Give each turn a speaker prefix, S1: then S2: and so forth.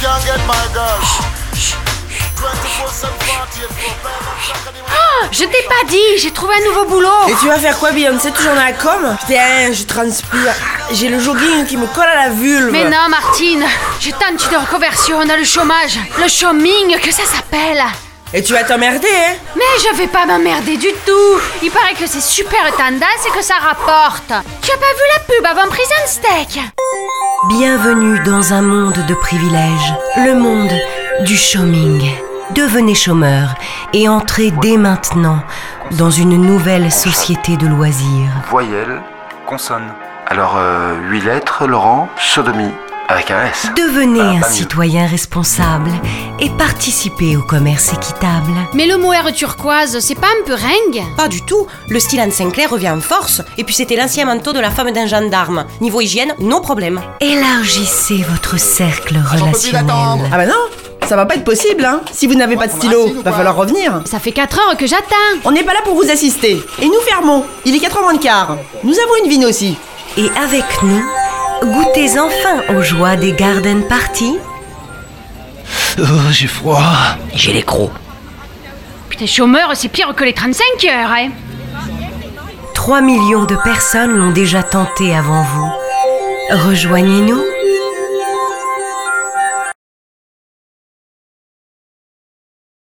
S1: can't get my girl. 24-7 party at four, man, I'm shocked anymore.
S2: Je t'ai pas dit, j'ai trouvé un nouveau boulot.
S3: Et tu vas faire quoi, Beyoncé Toujours dans la com Putain, je transpire. J'ai le jogging qui me colle à la vulve.
S2: Mais non, Martine, j'ai tant de de reconversion, on a le chômage, le chôming, que ça s'appelle.
S3: Et tu vas t'emmerder, hein
S2: Mais je vais pas m'emmerder du tout. Il paraît que c'est super tendance et que ça rapporte. Tu as pas vu la pub avant Prison Steak
S4: Bienvenue dans un monde de privilèges, le monde du chôming. Devenez chômeur et entrez dès maintenant dans une nouvelle société de loisirs.
S5: Voyelle, consonne. Alors, euh, huit lettres, Laurent, sodomie, avec un S.
S4: Devenez
S5: Ah,
S4: un
S5: pas mieux.
S4: citoyen responsable et participez au commerce équitable.
S2: Mais le mot air turquoise, c'est pas un peu ringue
S6: Pas du tout. Le style Anne Sinclair revient en force. Et puis c'était l'ancien manteau de la femme d'un gendarme. Niveau hygiène, non problème.
S4: Élargissez votre cercle
S1: Ah, peux plus d'attendre.
S4: relationnel.
S7: Ah bah non, ça va pas être possible, hein. Si vous n'avez pas de stylo,
S1: racine ou
S7: va
S1: pas
S7: falloir revenir.
S2: Ça fait 4 heures que j'attends.
S7: On n'est pas là pour vous assister. Et nous fermons. Il est 4 h moins le quart. Nous avons une vine aussi.
S4: Et avec nous, goûtez enfin aux joies des garden parties.
S8: Oh, j'ai froid.
S9: J'ai les crocs.
S2: Putain, chômeur, c'est pire que les 35 heures, hein.
S4: 3 millions de personnes l'ont déjà tenté avant vous. Rejoignez-nous